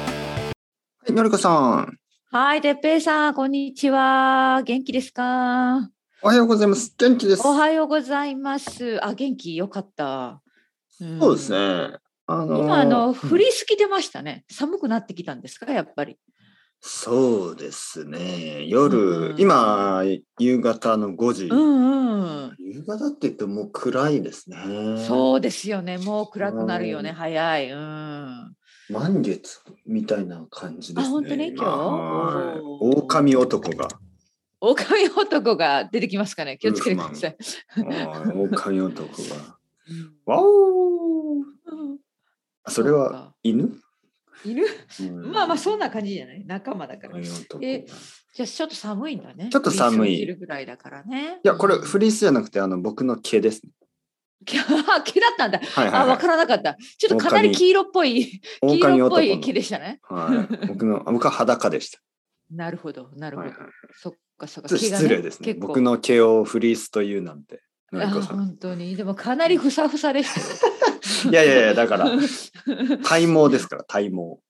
はい、のりこさん。はい、てっぺいさん、こんにちは。元気ですかおはようございます。元気です。おはようございます。あ、元気よかった。うんそうです。ね。あのー今、あうの、ん降りすぎてましたね。寒くなってきたんですか、やっぱり。そうですね。夜、うん今、夕方の5時。うんうん。夕方って言ってもう暗いですね。そうですよね。もう暗くなるよね。うん早い。うん。あ、満月みたいな感じですね。本当に今日はいおー狼男が。狼男が出てきますかね。気をつけてください。はい狼男 が。うんわおーそれうはか犬犬まあまあ、そんなじ。感じじゃない。仲間だから。狼男がえじゃあちょっと寒いんだね。ちょっと寒い降りすぎるぐらいだからね。いや、これ、うんフ リースじゃなくて、あの、僕の毛です。毛あ毛だったんだ。はいはい、はい。あ、わからなかった。ちょっとかなり狼黄色っぽい、黄狼色っ男ぽのい毛でしたね。 はい。僕の、あ僕は裸でしなるほど、た。なるほはいどはい。そっかそっちょか。っと失礼ですね。結構僕の毛をフリースというなんて。のりこあさん本当に。でもかなりふさふさでしたよ。いやいやいや、だ から、ち体毛ですから、体毛。ょ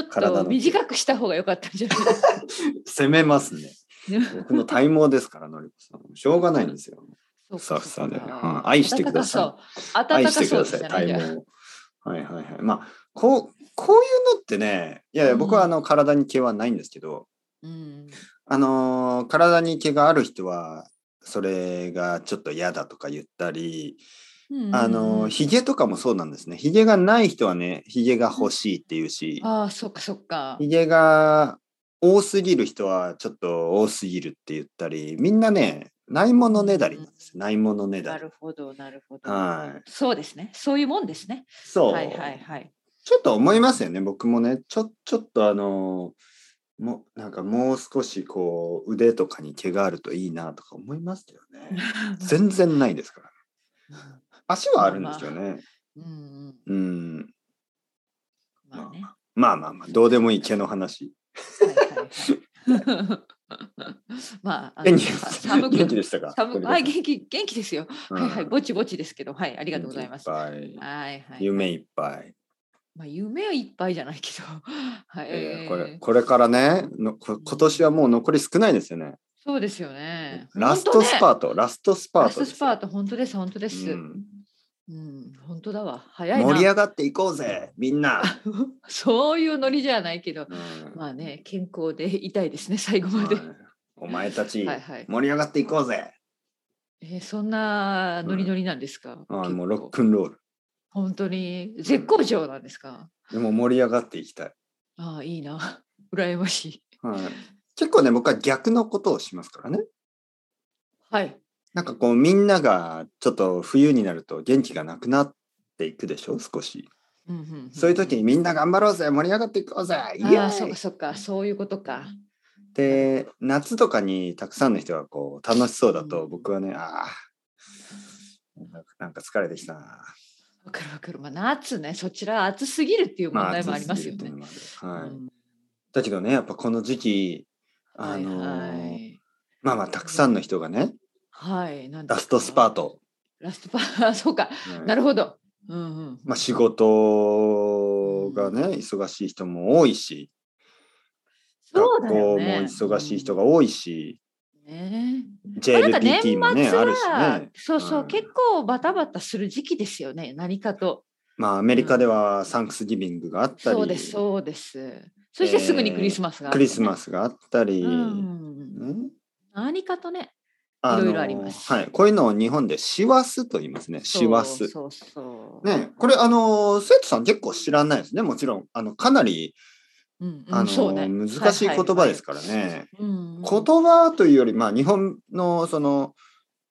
っ体のと短くした方が良かったんじゃない 攻めますね。ですか。僕の体毛ですから、のりこさん。しょうがないんですよ。ふふさふさでうん愛してください 暖愛かしてくそだうでしさい、た体ね。じゃあ毛。はいはいはい。まあ、こう、こういうのってね、いやいや、僕はあの、体に毛はないんですけど、うんあのー体に毛がある人は、それがちょっと嫌だとか言ったり、うんあの、ヒゲとかもそうなんですね。ヒゲがない人はね、ヒゲが欲しいっていうし、ああ、そっかそっかヒ。ゲが多すぎる人はちょっと多すぎるって言ったり、みんなね、ないものねだりなんですよ。ないものねだなり。るほど、なるほど。はい。そうですね。そういうもんですね。そう、はいはいはい。ちょっと思いますよね、僕もね。ちょ、ちょっとあのーもうなんかもう少しこう腕とかに毛があるといいなとか思いますけどね 全然ないですから足はあるんですよね、うんうん。うんまあね。まあまあまあどうでもいい毛の話はいはいはいまあ、あの元気さ寒く元気でしたか寒く、小はい、出元気、元気ですよ。さんはいはい、うんぼちぼちですけど、はい、ありがとうございます。は元気いっいぱはい。い夢いっぱい。まあ、夢はいっぱいじゃないけど。 はい、えーこれこれからねのこ、今年はもう残り少ないですよね。そうですよね。ラストスパーート、ラストスパラーストトですスよ。パート、本当です、本当です。ううん、ん本当だわ。早いな。盛り上がっていこうぜ、みん な。そういうノリじゃないけど、うんまあね、健康でいたいですね、最後まで。はいお前たち、はいはい。盛り上がっていこうぜ。えーそんなノリノリなんですか、あー結もうロ構ックンロール。本当に絶好調なんですか、でも盛り上がっていきたい。ああ、いいな。 羨ましい。はい結構ね、僕は逆のことをしますからね。はい。なんかこう、みんながちょっと冬になると元気がなくなっていくでしょ、少し。うんうんんそういう時にみんな頑張ろうぜ、盛り上がっていこうぜ、イエああ、ーそっイかそっか、そういうことか。で夏とかにたくさんの人がこう楽しそうだとうん僕はね、ああなんか疲れてきたな。わかるわかる。まあ、夏ね、そちら暑すぎるっていう問題もあります暑すぎるよね。っていうのもあるはいうんだけどねやっぱこの時期あのーはいまあまあたくさんの人がねはい。はい、なんでラすかストスパー。ト、ラストパート、 そうか、はいなるほど。うんうん。まあ、仕事がね忙しい人も多いし、そう学だ校よもね。忙しい人が多いし、うん。ねまあなんか年 JLPT 末もねあるしは、ねそうそう、うん結構バタバタする時期ですよね、何かと。まあアメリカではサンクスギビングがあったり、そうです、そうです。そしてすぐにクリスマスが、クリスマス。スがあったり、うん、ね何かとね、あのいろいろありますはい、こういうのを日本で師走と言いますね。師走。そうそうそう。ね、これあの生徒さん結構知らないですね。もちろんあのかなりうんうんあの、そうね難しい言葉ですからね。。はいはいはいうんうん言葉というよりまあ日本のその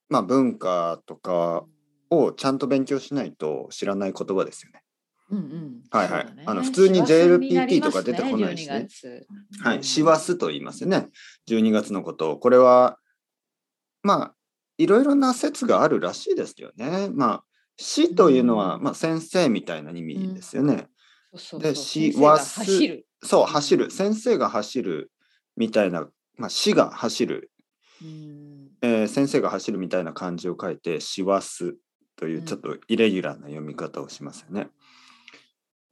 まあ文化とかをちゃんと勉強しないと知らない言葉ですよね。うんうんはいはいそうだねあの普通に師走になり JLPT とか出てこないしねますね12月はい、師走と言いますよね。12月のことをこれはまあいろいろな説があるらしいですよね。まあ師というのは、うんまあ先生みたいな意味ですよね。そうそうそうで先師生が走走るそう走る先生が走るみたいな、まあ、師が走る、うんえー先生が走るみたいな漢字を書いて「師走」といううんちょっとイレギュラーな読み方をしますよね。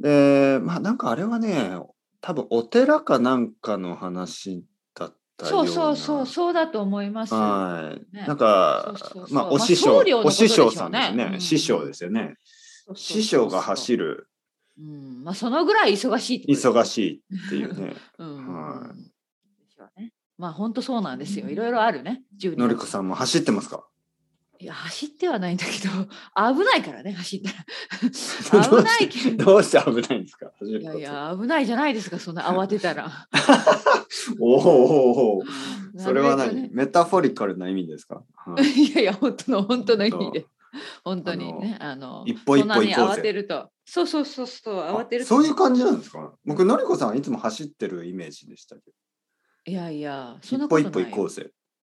でまあなんかあれはね多分お寺かなんかの話だったよそううなそうそう、そうだと思います。はい、ねなんかそうそうそうまあおまあ師匠、僧侶のこおとでしょ師う匠さねんですね、うん師匠ですよねそうそうそう師匠が走る。るうん、まあ、そのぐらい忙しいってことですね。忙しいっていう ねうんはいでしょうねまあ本当そうなんですよ。いろいろあるね。12月のりこさんも走ってますかいや走ってはないんだけど 危ないからね走っ たらど危うなしいけどどうして危ないんですか走るいこやといや危ないじゃないですかそんな慌て たらおーおーおーそれはなるべ何くねメタフォリカルな意味ですか、はい いやいや本当の本当の意味で本当にねあの一歩一歩そんな行にこうぜ慌てるとそうそうそうそう慌てるあとそういう感じなんですか僕のりこさんはいつも走ってるイメージでしたけどいやいやそん一なこ歩と一な歩い行こうぜ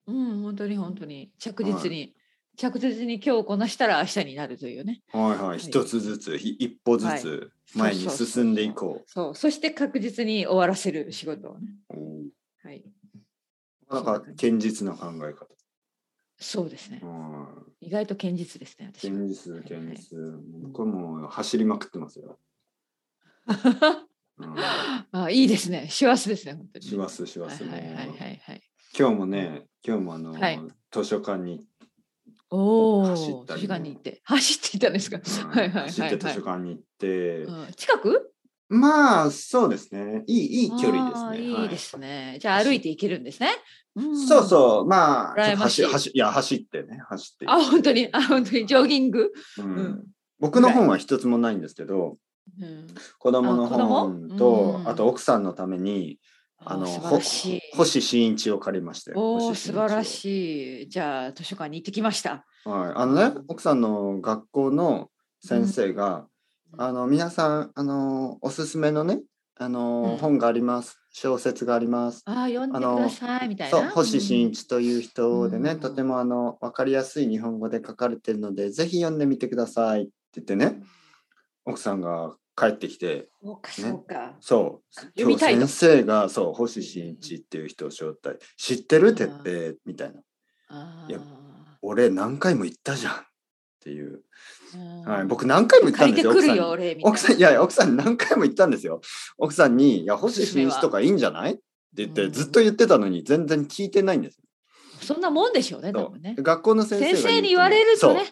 うん本当に本当に着実に、着実に今日こなしたら明日になるというねはいはいい一つずつひ一歩ずつ前に進んでいこそうそして確実に終わらせる仕事をねうおーはいなんか堅実な考え方そうですねうん意外と堅実ですね私は堅実堅実僕はもう走りまくってますよ、 うん、あいいですね。師走ですね、本当に。しますします、はいはいはいもうはいはい。今日もね今日もあの、はい図書館にお走お、った図り書館に行って。走っていたんですか。うん はいはい走はっい、て図はい書館に行って、うん。近くまあそうですねいいいい距離ですねあーいいですね。じゃあ歩いて行けるんですね。はい、そううん。そうまあちょっ羨とましい走走いや走ってね走っていくあ、本当に、あ、本当に、ジョギング。うんうん僕の本は一つもないんですけどうん、子供のあ子供本とうんあと奥さんのためにああのの素晴ほらしい。星新一を借りましておお、素晴らい、しい。じゃあ、図書館に行ってきました。はい、あのね奥さんの学校の先生が、うんあの皆さんあのおすすめのねあの、うん本があります小説がありますああ、読んであくのださいみたいな。そう星新一という人でね、うんとてもあの分かりやすい日本語で書かれてるのでぜひ読んでみてくださいって言ってね奥さんが帰ってきてうん。そうか、そうか。そう読みたいと今日先生がそう星新一っていう人を招待知ってるてっぺみたいなあいやあ。俺何回も言ったじゃんっていう、うんはい、僕何回も言ったんで借りすてよ奥さくるんよ、に俺みたいな。奥さんいやいや奥さんに何回も言ったんですよ奥さんに「いや星新一とかいいんじゃない?」って言ってうんずっと言ってたのに全然聞いてないんですよそんなもんでしょうね、多そ分うね。学校の先生が先生にう言われるとね、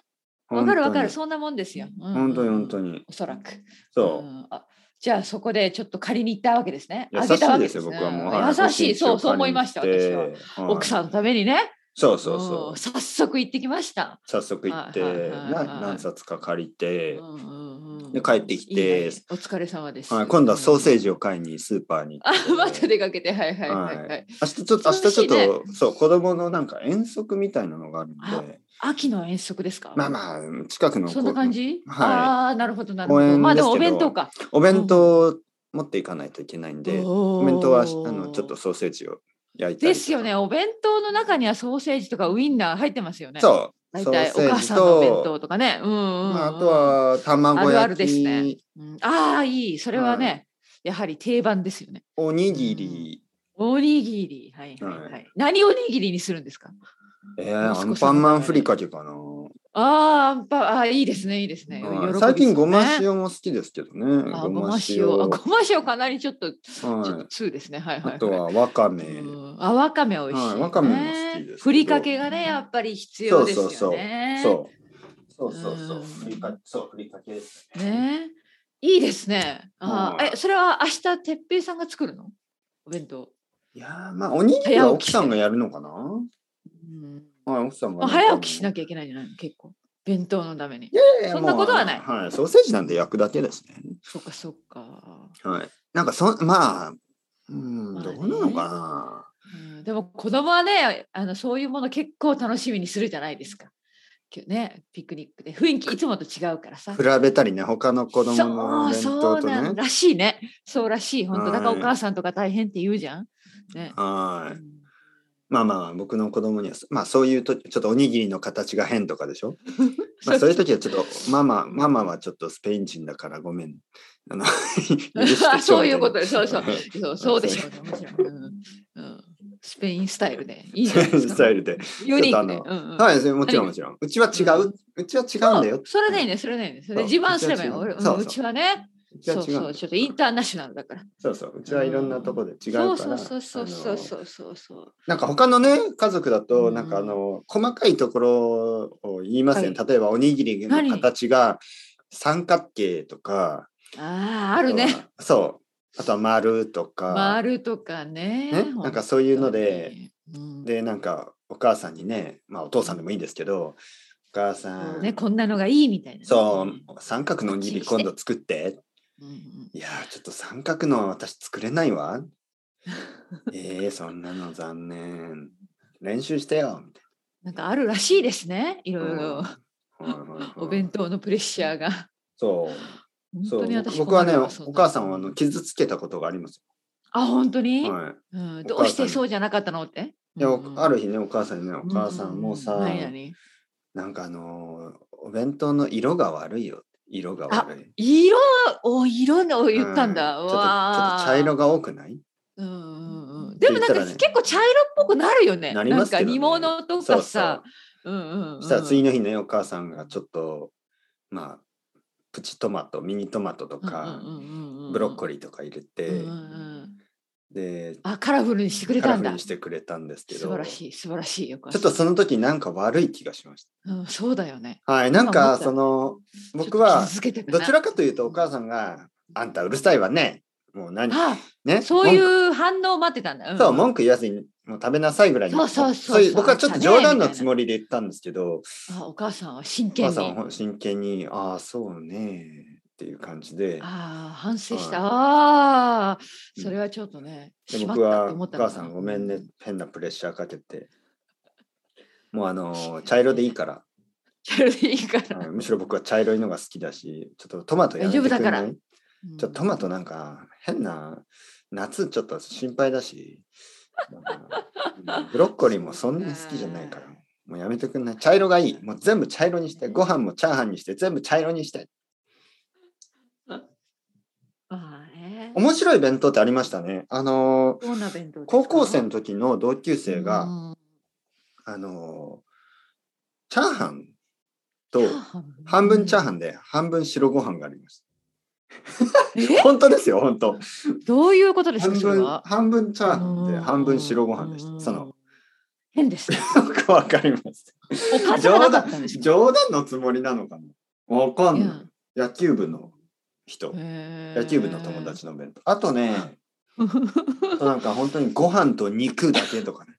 そうわかるわかる、本そんなもんですよ。うん当に本当にに。本当におそらく。そううんあじゃあそこでちょっと借りに行ったわけですね。優あしげたいわけですよ、ね僕はもう。は優しい、そう、そう思いました、私は。は奥ん。さんのためにね。そうそうそううん。早速行ってきました。早速行って、はいはいはいはいな何冊か借りて、うんうんうんで帰ってきていいねお疲れ様です。はい、今度はソーージ。セージを買いにスーパーに行あって。、また出かけて、はいはいはいははいい。明日ちょっと、明日ちょっと、忙そう、子供のなんか遠足みたいなのがあるので、秋の遠足ですかまあまあ、近くのそんな感じはいああ、なるほどなる公ほ園ですけど。どまあでもお弁当か。お弁当を持っていかないといけないんで、おお弁当はあーのちょっとソーセージを焼いて。ですよね。お弁当の中にはソーセージとかウインナー入ってますよね。う。そう。大ソ体ーおセー母ジさんのお弁と、当とかね。うんうん、うんまあ、あと、は卵焼きあるあるですねうんああ、いい。それはね、はやはり定番ですよね。おにぎり、おにぎり。はいはいはい。は何おにぎりにするんですかえー、アン息子パさんンのマンふりかけかな。あーあんぱ、あーいいですね、いいですね。はい喜び最近ごまそうね。塩も好きですけどね。あごま塩。あごま塩かなりちょっと、ちょっはとい。通ですね。はいはい、はい。あとはわかめ。うんあわかめ美味しい、はねいわかめも好きですけどふりかけがねやっぱり必要ですよね。そう。そうそうそう。うんふりかけ、そう、ふりかけですね。ねいいですね。あはいえそれは明日てっぺいさんが作るのお弁当。いやー、まあ、おにぎりは早起奥きしてさんがやるのかな。うんはい、奥さんがまなあ、んか。早起きしなききゃいけないんじゃないの結構弁当のために。ゃそんなことはないはい、ソーセージなんて焼くだけですね。そっかそっか、はい。なんか、そ、まあ。うん、まあどねうなのかな。うん。でも子供はねあのそういうもの結構楽しみにするじゃないですか。今日ねピクニックで雰囲気いつもと違うからさ。比べたりね、他の子供のお弁そ当うそうとなんね。らしいね。そうらしい。本当だからはおい母さんとか大変って言うじゃん。ね。はうい。んまあまあ、僕の子供には、まあ、そういうと、ちょっとおにぎりの形が変とかで しょ。まあ、そういう時はちょっと、ママ、ママはちょっとスペイン人だから、ごめん。あ の。許してちょあ そういうことでそうそうはいそうそうでしょうね。もちろんうんうんスペインスタイル で。いいじスゃないペイン スですかタイルで。ユニークで。ちょっとうんうんはい、それもちろんもちろん。うちは違う。うちは違うんだよ。そうそれでいいね、それでいいね。それそうで自慢すればいうい。ちは違う俺うんそうそううちはね、うちは違そううそう、ちょっとインターナショナルだから。そうそううちはいろんなとこで違うから、そうそうそうそうそうあのそうそうそう。なんか他のね家族だと、うんなんかあの細かいところを言いますね、は例えばおにぎりの何形が三角形とかああ、あるあねと。はそうあとは丸とか、丸とかね。ね、なんかそういうので本当に、うんでなんかお母さんにねまあお父さんでもいいんですけどお母さ、そうんね、こんなのがいいみたいなね。そう三角のおにぎり今度作ってうんうんいやーちょっと三角の私作れないわ えー、そんなの残念練習してよみたいなんかあるらしいですね。いろいろ、なはいはいはいお弁当のプレッシャーが。そう本そ当うに僕私僕はね困るわそんなお母さんをあの傷つけたことがありますあ、本当に、よ、はいうん、お母さんどうしてそうじゃなかったのって。でおあるる日ねお母さんにねお母さんもうさ、何々なんかあのーお弁当の色が悪いよ色が悪い色を色のを言ったんだ。ううちょっとちょっわとあ茶色が多くないうんうんうんってで言もっなんたか、らね結構茶色っぽくなるよね。なりますけどねなんか煮物とそうそうかさ。うんうん、うん。そしたら次の日ねお母さんがちょっとまあプチトマトミニトマトとか、ブロッコリリーとか入れて、うんうんうん、であ、カラフルにしてくれカたラんフルだに。してくれたんですけど素晴らしい、素晴らしいよ。ちょっとその時なんか悪い気がしましうん、そうだよね。たはいなんまあ思かったその僕はどちらかかというとお母さんが「あんたうるさいわねもう何あねそうい文句う反応を待ってたんだ。んそう文句言わずにもう食べなさいぐらいにそうそうそういう僕はちょっと冗談のつもりで言ったんですけどあお母さんは真お剣母に。さんは真剣に「ああそうね」っていう感じでああ、反省した。はいああ、うんそれはちょっとね。でしまっ僕たっはて思おったの母かさなんごめんね。変なプレッシャーかけてもうあの茶色でいいから、それでいいから。うんむしろ僕は茶色いのが好きだしちょっとトマトやめてくれな大丈夫だからいちょっとトマトなんか変な夏ちょっと心配だしなんかブロッコリーもそんなに好きじゃないからそうねもうやめてくんない茶色がいいもう全部茶色にしてご飯もチャーハンにして全部茶色にしてまあね。面白い弁当ってありましたねあのどんな弁当ですか高校生の時の同級生が、うんあのチャーハンとチャーハン半分チャーハンで半分白ご飯がありましえた本当ですよ本当どういうことです半かそれ分は半分チャーハンでうん半分白ご飯でしうたんその 変ですね。よくわかりますおかずがな冗かったん談ですか冗談のつもりなのかなわかんいないや野球部の人野野球部の友。達の弁当あとねうんあとなんか本当にご飯と肉だけとかね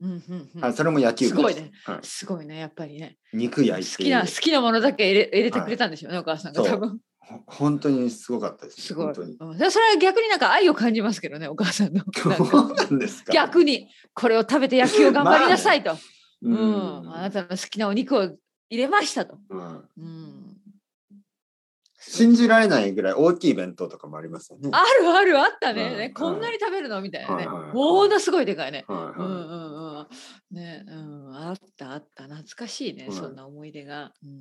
うんうんはいそれも野球部ですすごいねはいすごいね、やっぱりね。肉好焼いてきな、好きなものだけ入れ入れてくれたんでしょうね、お母さんがそう多分。ほ本当にすごかったですすごい。本う当にんでそれは逆になんか愛を感じますけどね、お母さんの。なんどうかなんですか逆に、これを食べて野球を頑張りなさい と。うんうん。あなたの好きなお肉を入れましたと。うんうん。信じられないぐらい大きい弁当とかもありますよね。あるあるあったうんね。ねうんこんなに食べるのみたいなね。はいはいはいものすごいでかいね。はいうんうはんうん。ね、うん、あったあった、懐かしいね、はいそんな思い出が。うん、い、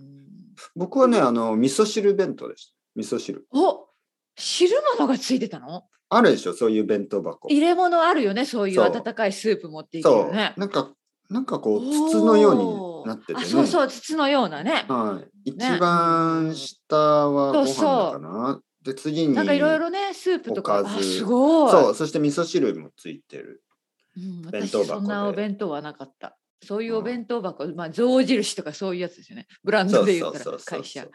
僕はねあの味噌汁弁当でした。味噌汁お汁物がついてたのあるでしょそういう弁当箱。入れ物あるよね、そういうそう温かいスープ持っていくそようね。なんかなんかこうおー筒のようになっててね。あそうそう、筒のようなね。はい、ね一番下はご飯かな。で次になんかいろいろね、スープとか。おかずあ、すごい。そうそして味噌汁もついてる。うん、弁私当箱でそんなお弁当はなかった。そういうお弁当箱、まあ象印とかそういうやつですよね。ブランそドうで言そっうたそらうそう会社。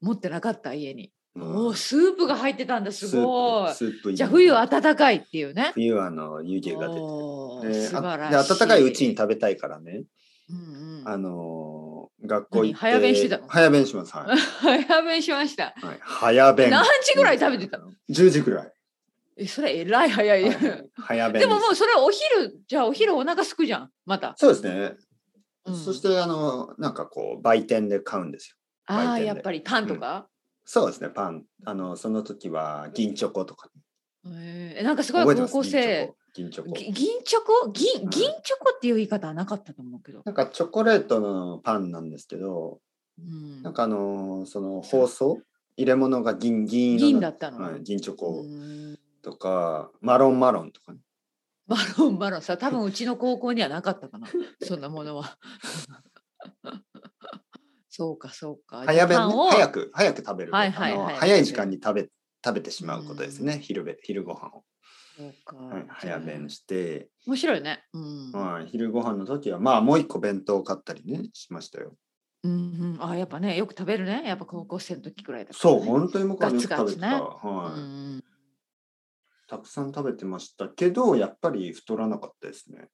持ってなかった家に。うんおお、スープが入ってたんだ、すごい。スープスープ入りじゃあ冬は暖かいっていうね。冬はあの湯気が出ておーで素晴らあしい。で暖かいうちに食べたいからね。うんうんあのー学校行って何早弁してたの早弁します。 はい。 早めしました。はい、早弁。何時ぐらい食べてたの10時ぐらい。え、それえらい早い。はい早弁でももすうそれはお昼、じゃあお昼お腹すくじゃん、また。そうですね。うんそしてあのなんかこう売店で買うんですよ。売あ店あ、でやっぱりパンとか。そうですねパンあのその時は銀チョコとかえーなんかすご覚えいてま高す校生。銀チョコ。銀チョコぎ銀チョコ銀ん銀チョコっていう言い方はなかったと思うけど。なんかチョコレートのパンなんですけど、うんなんかあのーその包装入れ物が銀銀色銀なだったの。はい、銀チョコうんとか、マロンマロンとかね。マロンマロンさ多分うちの高校にはなかった かなそんなものは。 そうかそうか。早時弁間ねを早く早く食べる、はいはいあのはい早い時間に食べ食べてしまうことですね、うん昼べ昼ご飯を、そうか。はい、早弁して、面白いね。うん。はい、昼ご飯の時はまあもう一個弁当を買ったりねしましたようんうん、あやっぱねよく食べるねやっぱ高校生の時くらいだから、ね。そう本当に僕はよくガツ食ガべツてねた、うはいんたくさん食べてましたけどやっぱり太らなかったですね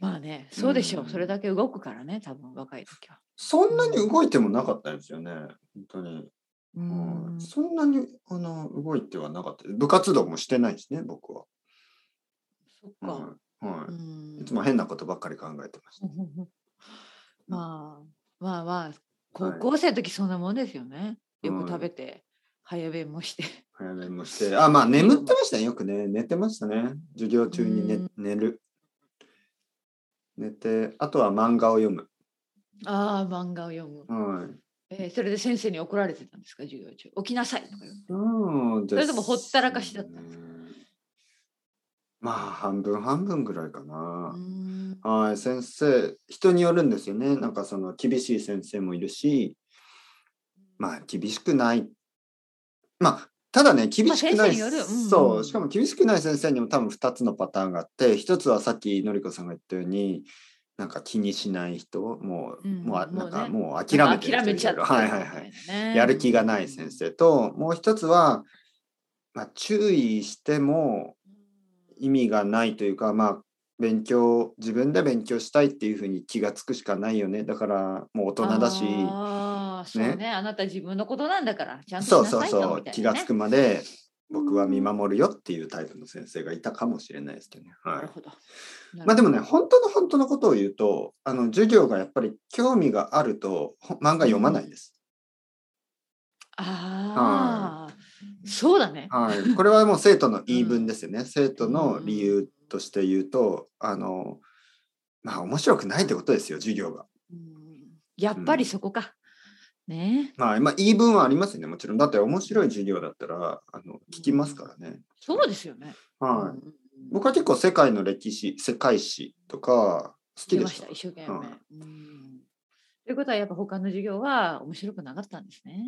まあねそうでしょう、うんそれだけ動くからね多分若い時は。そんなに動いてもなかったんですよね本当に、うはいん、そんなにあの動いてはなかった部活動もしてないしね僕は、そっか。はいはういんいつも変なことばっかり考えてました まあまあまあ高校生の時そんなもんですよね。よく食べて早弁 もして。早めもして、あ、まあ眠ってましたね、よくね。寝てましたね。授業中にう寝ん寝る。寝て、あとは漫画を読む。ああ漫画を読む、はい。えーそれで先生に怒られてたんですか授業中。起きなさいとか言われてうん、それともほったらかしだったんですかまあ、半分半分ぐらいかな。うんはい、先生、人によるんですよね。なんかその厳しい先生もいるし、まあ厳しくない。まあ、ただね、厳しくまあな先生い、によるようんうんそう、しかも厳しくない先生にも多分2つのパターンがあって、1つはさっきのりこさんが言ったように、なんか気にしない人、もう、うんもうあもうねなんかもう諦めてる諦人めいちゃるっけど、たはいはいはい。みたいなねやる気がない先生と、もう1つは、まあ、注意しても意味がないというかまあ勉強自分で勉強したいっていうふうに気がつくしかないよねだからもう大人だしあーそうねあなた自分のことなんだからちゃんそとうしそなうさいとそう、みたい気な、ね、がつくまで僕は見守るよっていうタイプの先生がいたかもしれないですけどね。なはるいほどまあ、でもね本当の本当のことを言うとあの授業がやっぱり興味があるとほ漫画読まないです。ああーそうだねはい、これはもう生徒の言い分ですよね、生徒の理うんう由んとして言うとあのまあ面白くないってことですよ授業が。うんやっぱりそこか、ねまあ、まあ、言い分はありますよね、もちろん。だって面白い授業だったら、あの、聞きますからね。そうですよねはうい。ん僕は結構世界の歴史、世界史とか、好き出でまししたた。一生懸命、はいうんということはやっぱ他の授業は面白くなかったんですね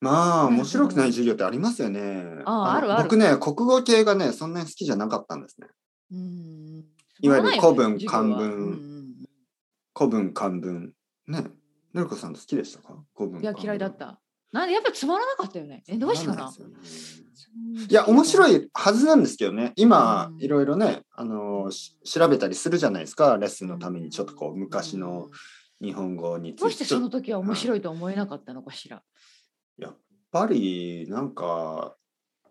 まあ、うん面白くない授業ってありますよね。 ああのあるある僕ね、国語系がね、そんなに好きじゃなかったんですね。うんいわゆる古文授業は漢文うん古文、漢文。ね。のりこさん好きでしたか古文。いや漢文嫌いだっ。たなんでやっぱつまらなかったよねえどうしてかなつまらないですよねうんいや、面白いはずなんですけどね、今う、んいろいろね、あの、し調べたりするじゃないですか、レッスンのために、ちょっとこう、昔の日本語にうんつどういしてて。そのやっ時は面白いと思えなかったのかしら。ぱり、なんか、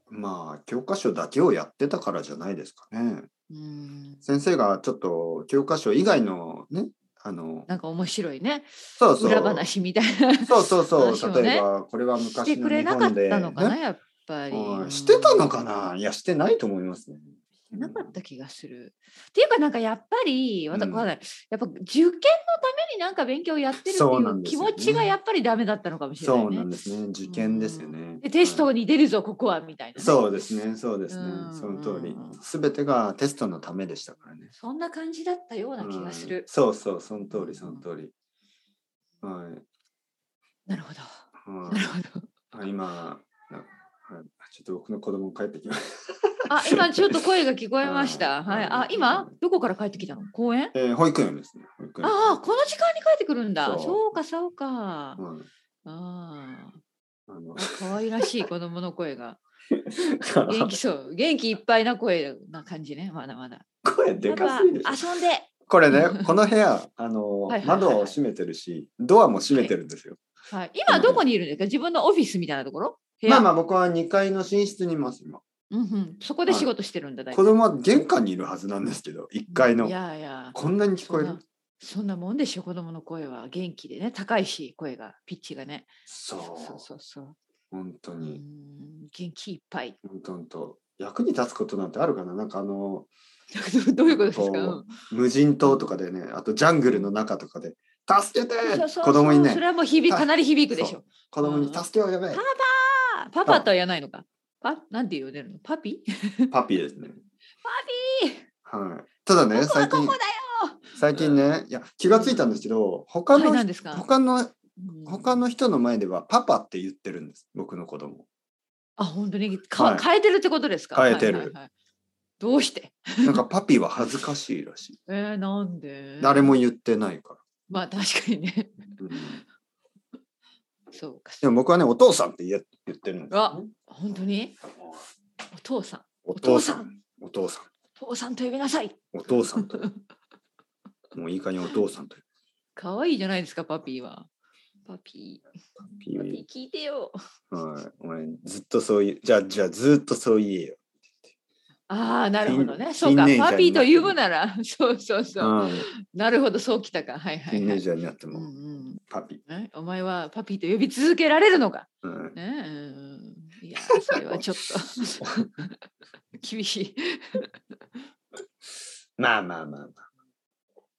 まあ、教科書だけをやってたからじゃないですかね。うん、先生がちょっと、教科書以外のね、あの、なんか面白いねそうそう。裏話みたいなそうそう話そをう。ね例えば、これはし昔てのく日れなかっ本で、たのかなね。やっぱり。うんしてたのかないや、してないと思いますね。うんなかった気がする。っていうかなんかやっぱりわたうんわかんないやっぱ受験のためになんか勉強やってるっていそうなんうです気よ持ねちがやっぱりダメだったのかもしれないそうなねん。ですね。受験ですよね。でテスはいトに出るぞここはみたいなね、そうですね、そうですねう、んその通りうん。すべてがテストのためでしたからね。そんな感じだったような気がすうんる。そうそう、その通り、その通り。はい。なるほど。はなるほど。いあ今、なはいちょっと僕の子供帰ってきました。あ、今ちょっと声が聞こえました。うんはい。あ、うん今どこから帰ってきたの？公園？えー保育園ですね。保育園。ああ、この時間に帰ってくるんだ。そうそうかそうか。はいああの あ、可愛らしい子供の声が元気そう、元気いっぱいな声な感じね。まだまだ。声でかすぎでしパょ。パ遊んで。これね、この部屋、あのはいはいはい、窓を閉めてるし、ドアも閉めてるんですよ。はい。今どこにいるんですか？自分のオフィスみたいなところ？部ま屋。あまあ、僕は2階の寝室にいます、今。うんうん。そこで仕事してるんだ。大体子供は玄関にいるはずなんですけど、1階のい。やいや。こんなに聞こえそんるなそんなもんでしょ子供の声は元気でね高いし声がピッチがねそそうう。そうそう本当うに、ん元気いっぱい 本当本当役に立つことなんてあるかななんかあのどういうことですか、こううん無人島とかでねあとジャングルの中とかで「助けて!」子供にそねれはもう響たかなり響くでしそょ子供に「助けをやべえあーパパとは言わないのかパなんて呼んでるのパピパパピーですね。ピーはい、ただねここは最ここ近だよ最近ねいや気がついたんですけど他はいの何ですか他のうん他の人の前では「パパ」って言ってるんです僕の子供あ、本当にか、はい変えてるってことですか変えてるはいはいはいどうしてなんかパピは恥ずかしいらしい。えー、なんで誰も言ってないかまあ確かにね。 ら。うんそうか。でも僕はね、お父さんって言え言ってるんですよね、本当にお父さん。お父さん、お父さん、お父さんと呼びなさい。お父さん と。もういいかにお父さんと。可愛いじゃないですか、パピーは。パピー。ピパー ピー聞いてよ。はい、お前ずっとそういう、じゃあ、じゃあずっとそう言えよ。ああ、なるほどね。近そう近年者か。になってパピーと呼ぶなら。 そうそうそう。うんなるほど、そうきたか。はいはティい、ーネはイい。ジャーになってうんうも、んパピ。ねお前はパピーと呼び続けられるのか。うんねえ、うんいや、それはちょっと 厳しい。まあまあまあまあ。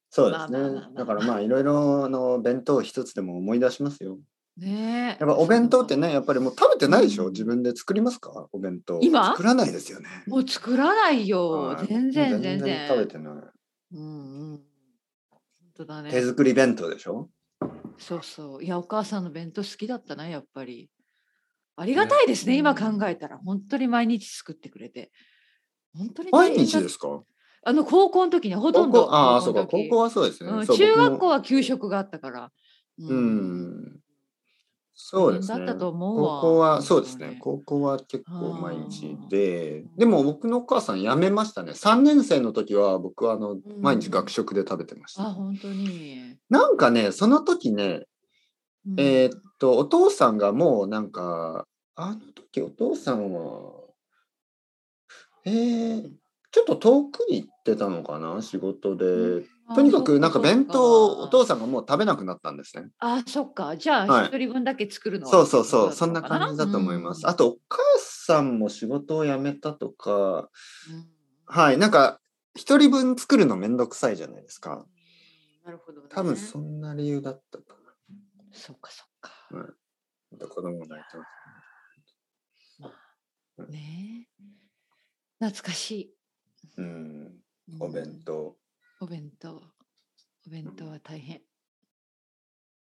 そうですまあまあまねあま。あだからまあいろいろあの弁当一つでも思い出します よ。ねえやっぱお弁当ってね、やっぱりもう食べてないでしょ自分で作りますかお弁当。今作らないですよね。もう作らないよはい。全然全然。食べてない。うんうん。本当だね手。作り弁当でしょそうそう。いや、お母さんの弁当好きだったな、やっぱり。ありがたいですね、ね今考えたら。本当に毎日作ってくれて。本当に毎大変だ日ですかあの、高校の時にほとん高ど。校ああ、そ高う校か。の時高校はそうですね。うんそう中学僕校もは給食があったから。ううん。そうです大ね。変だったと思う高わ校は、そうですね本。当高校は結構毎日であ、ーでも僕のお母さん辞めましたね。3年生の時は僕はあの、ん毎日学食で食べてましあ、た。本当に。なんかね、その時ね、うんえーっと、お父さんがもうなんか、あの時お父さんは、えー、ちょっと遠くに行ってたのかな、仕事で。とにかくなんか弁当をお父さん。さんがもう食べなくなったんですね。あ、そっか。じゃはあ、い一人分だけ作るのはそうそうっそてう、ことそんのなかな感じだと思います。うんあと、お母さんも仕事を辞めたとか、うんはい、なんか、一人分作るのめんどくさいじゃないですか。なるほどね。多分そんな理由だったと思そうかそううか。んう。また子供がいてます。ねえ懐かしうん、い。お弁当。当。お弁当。お弁当は大変。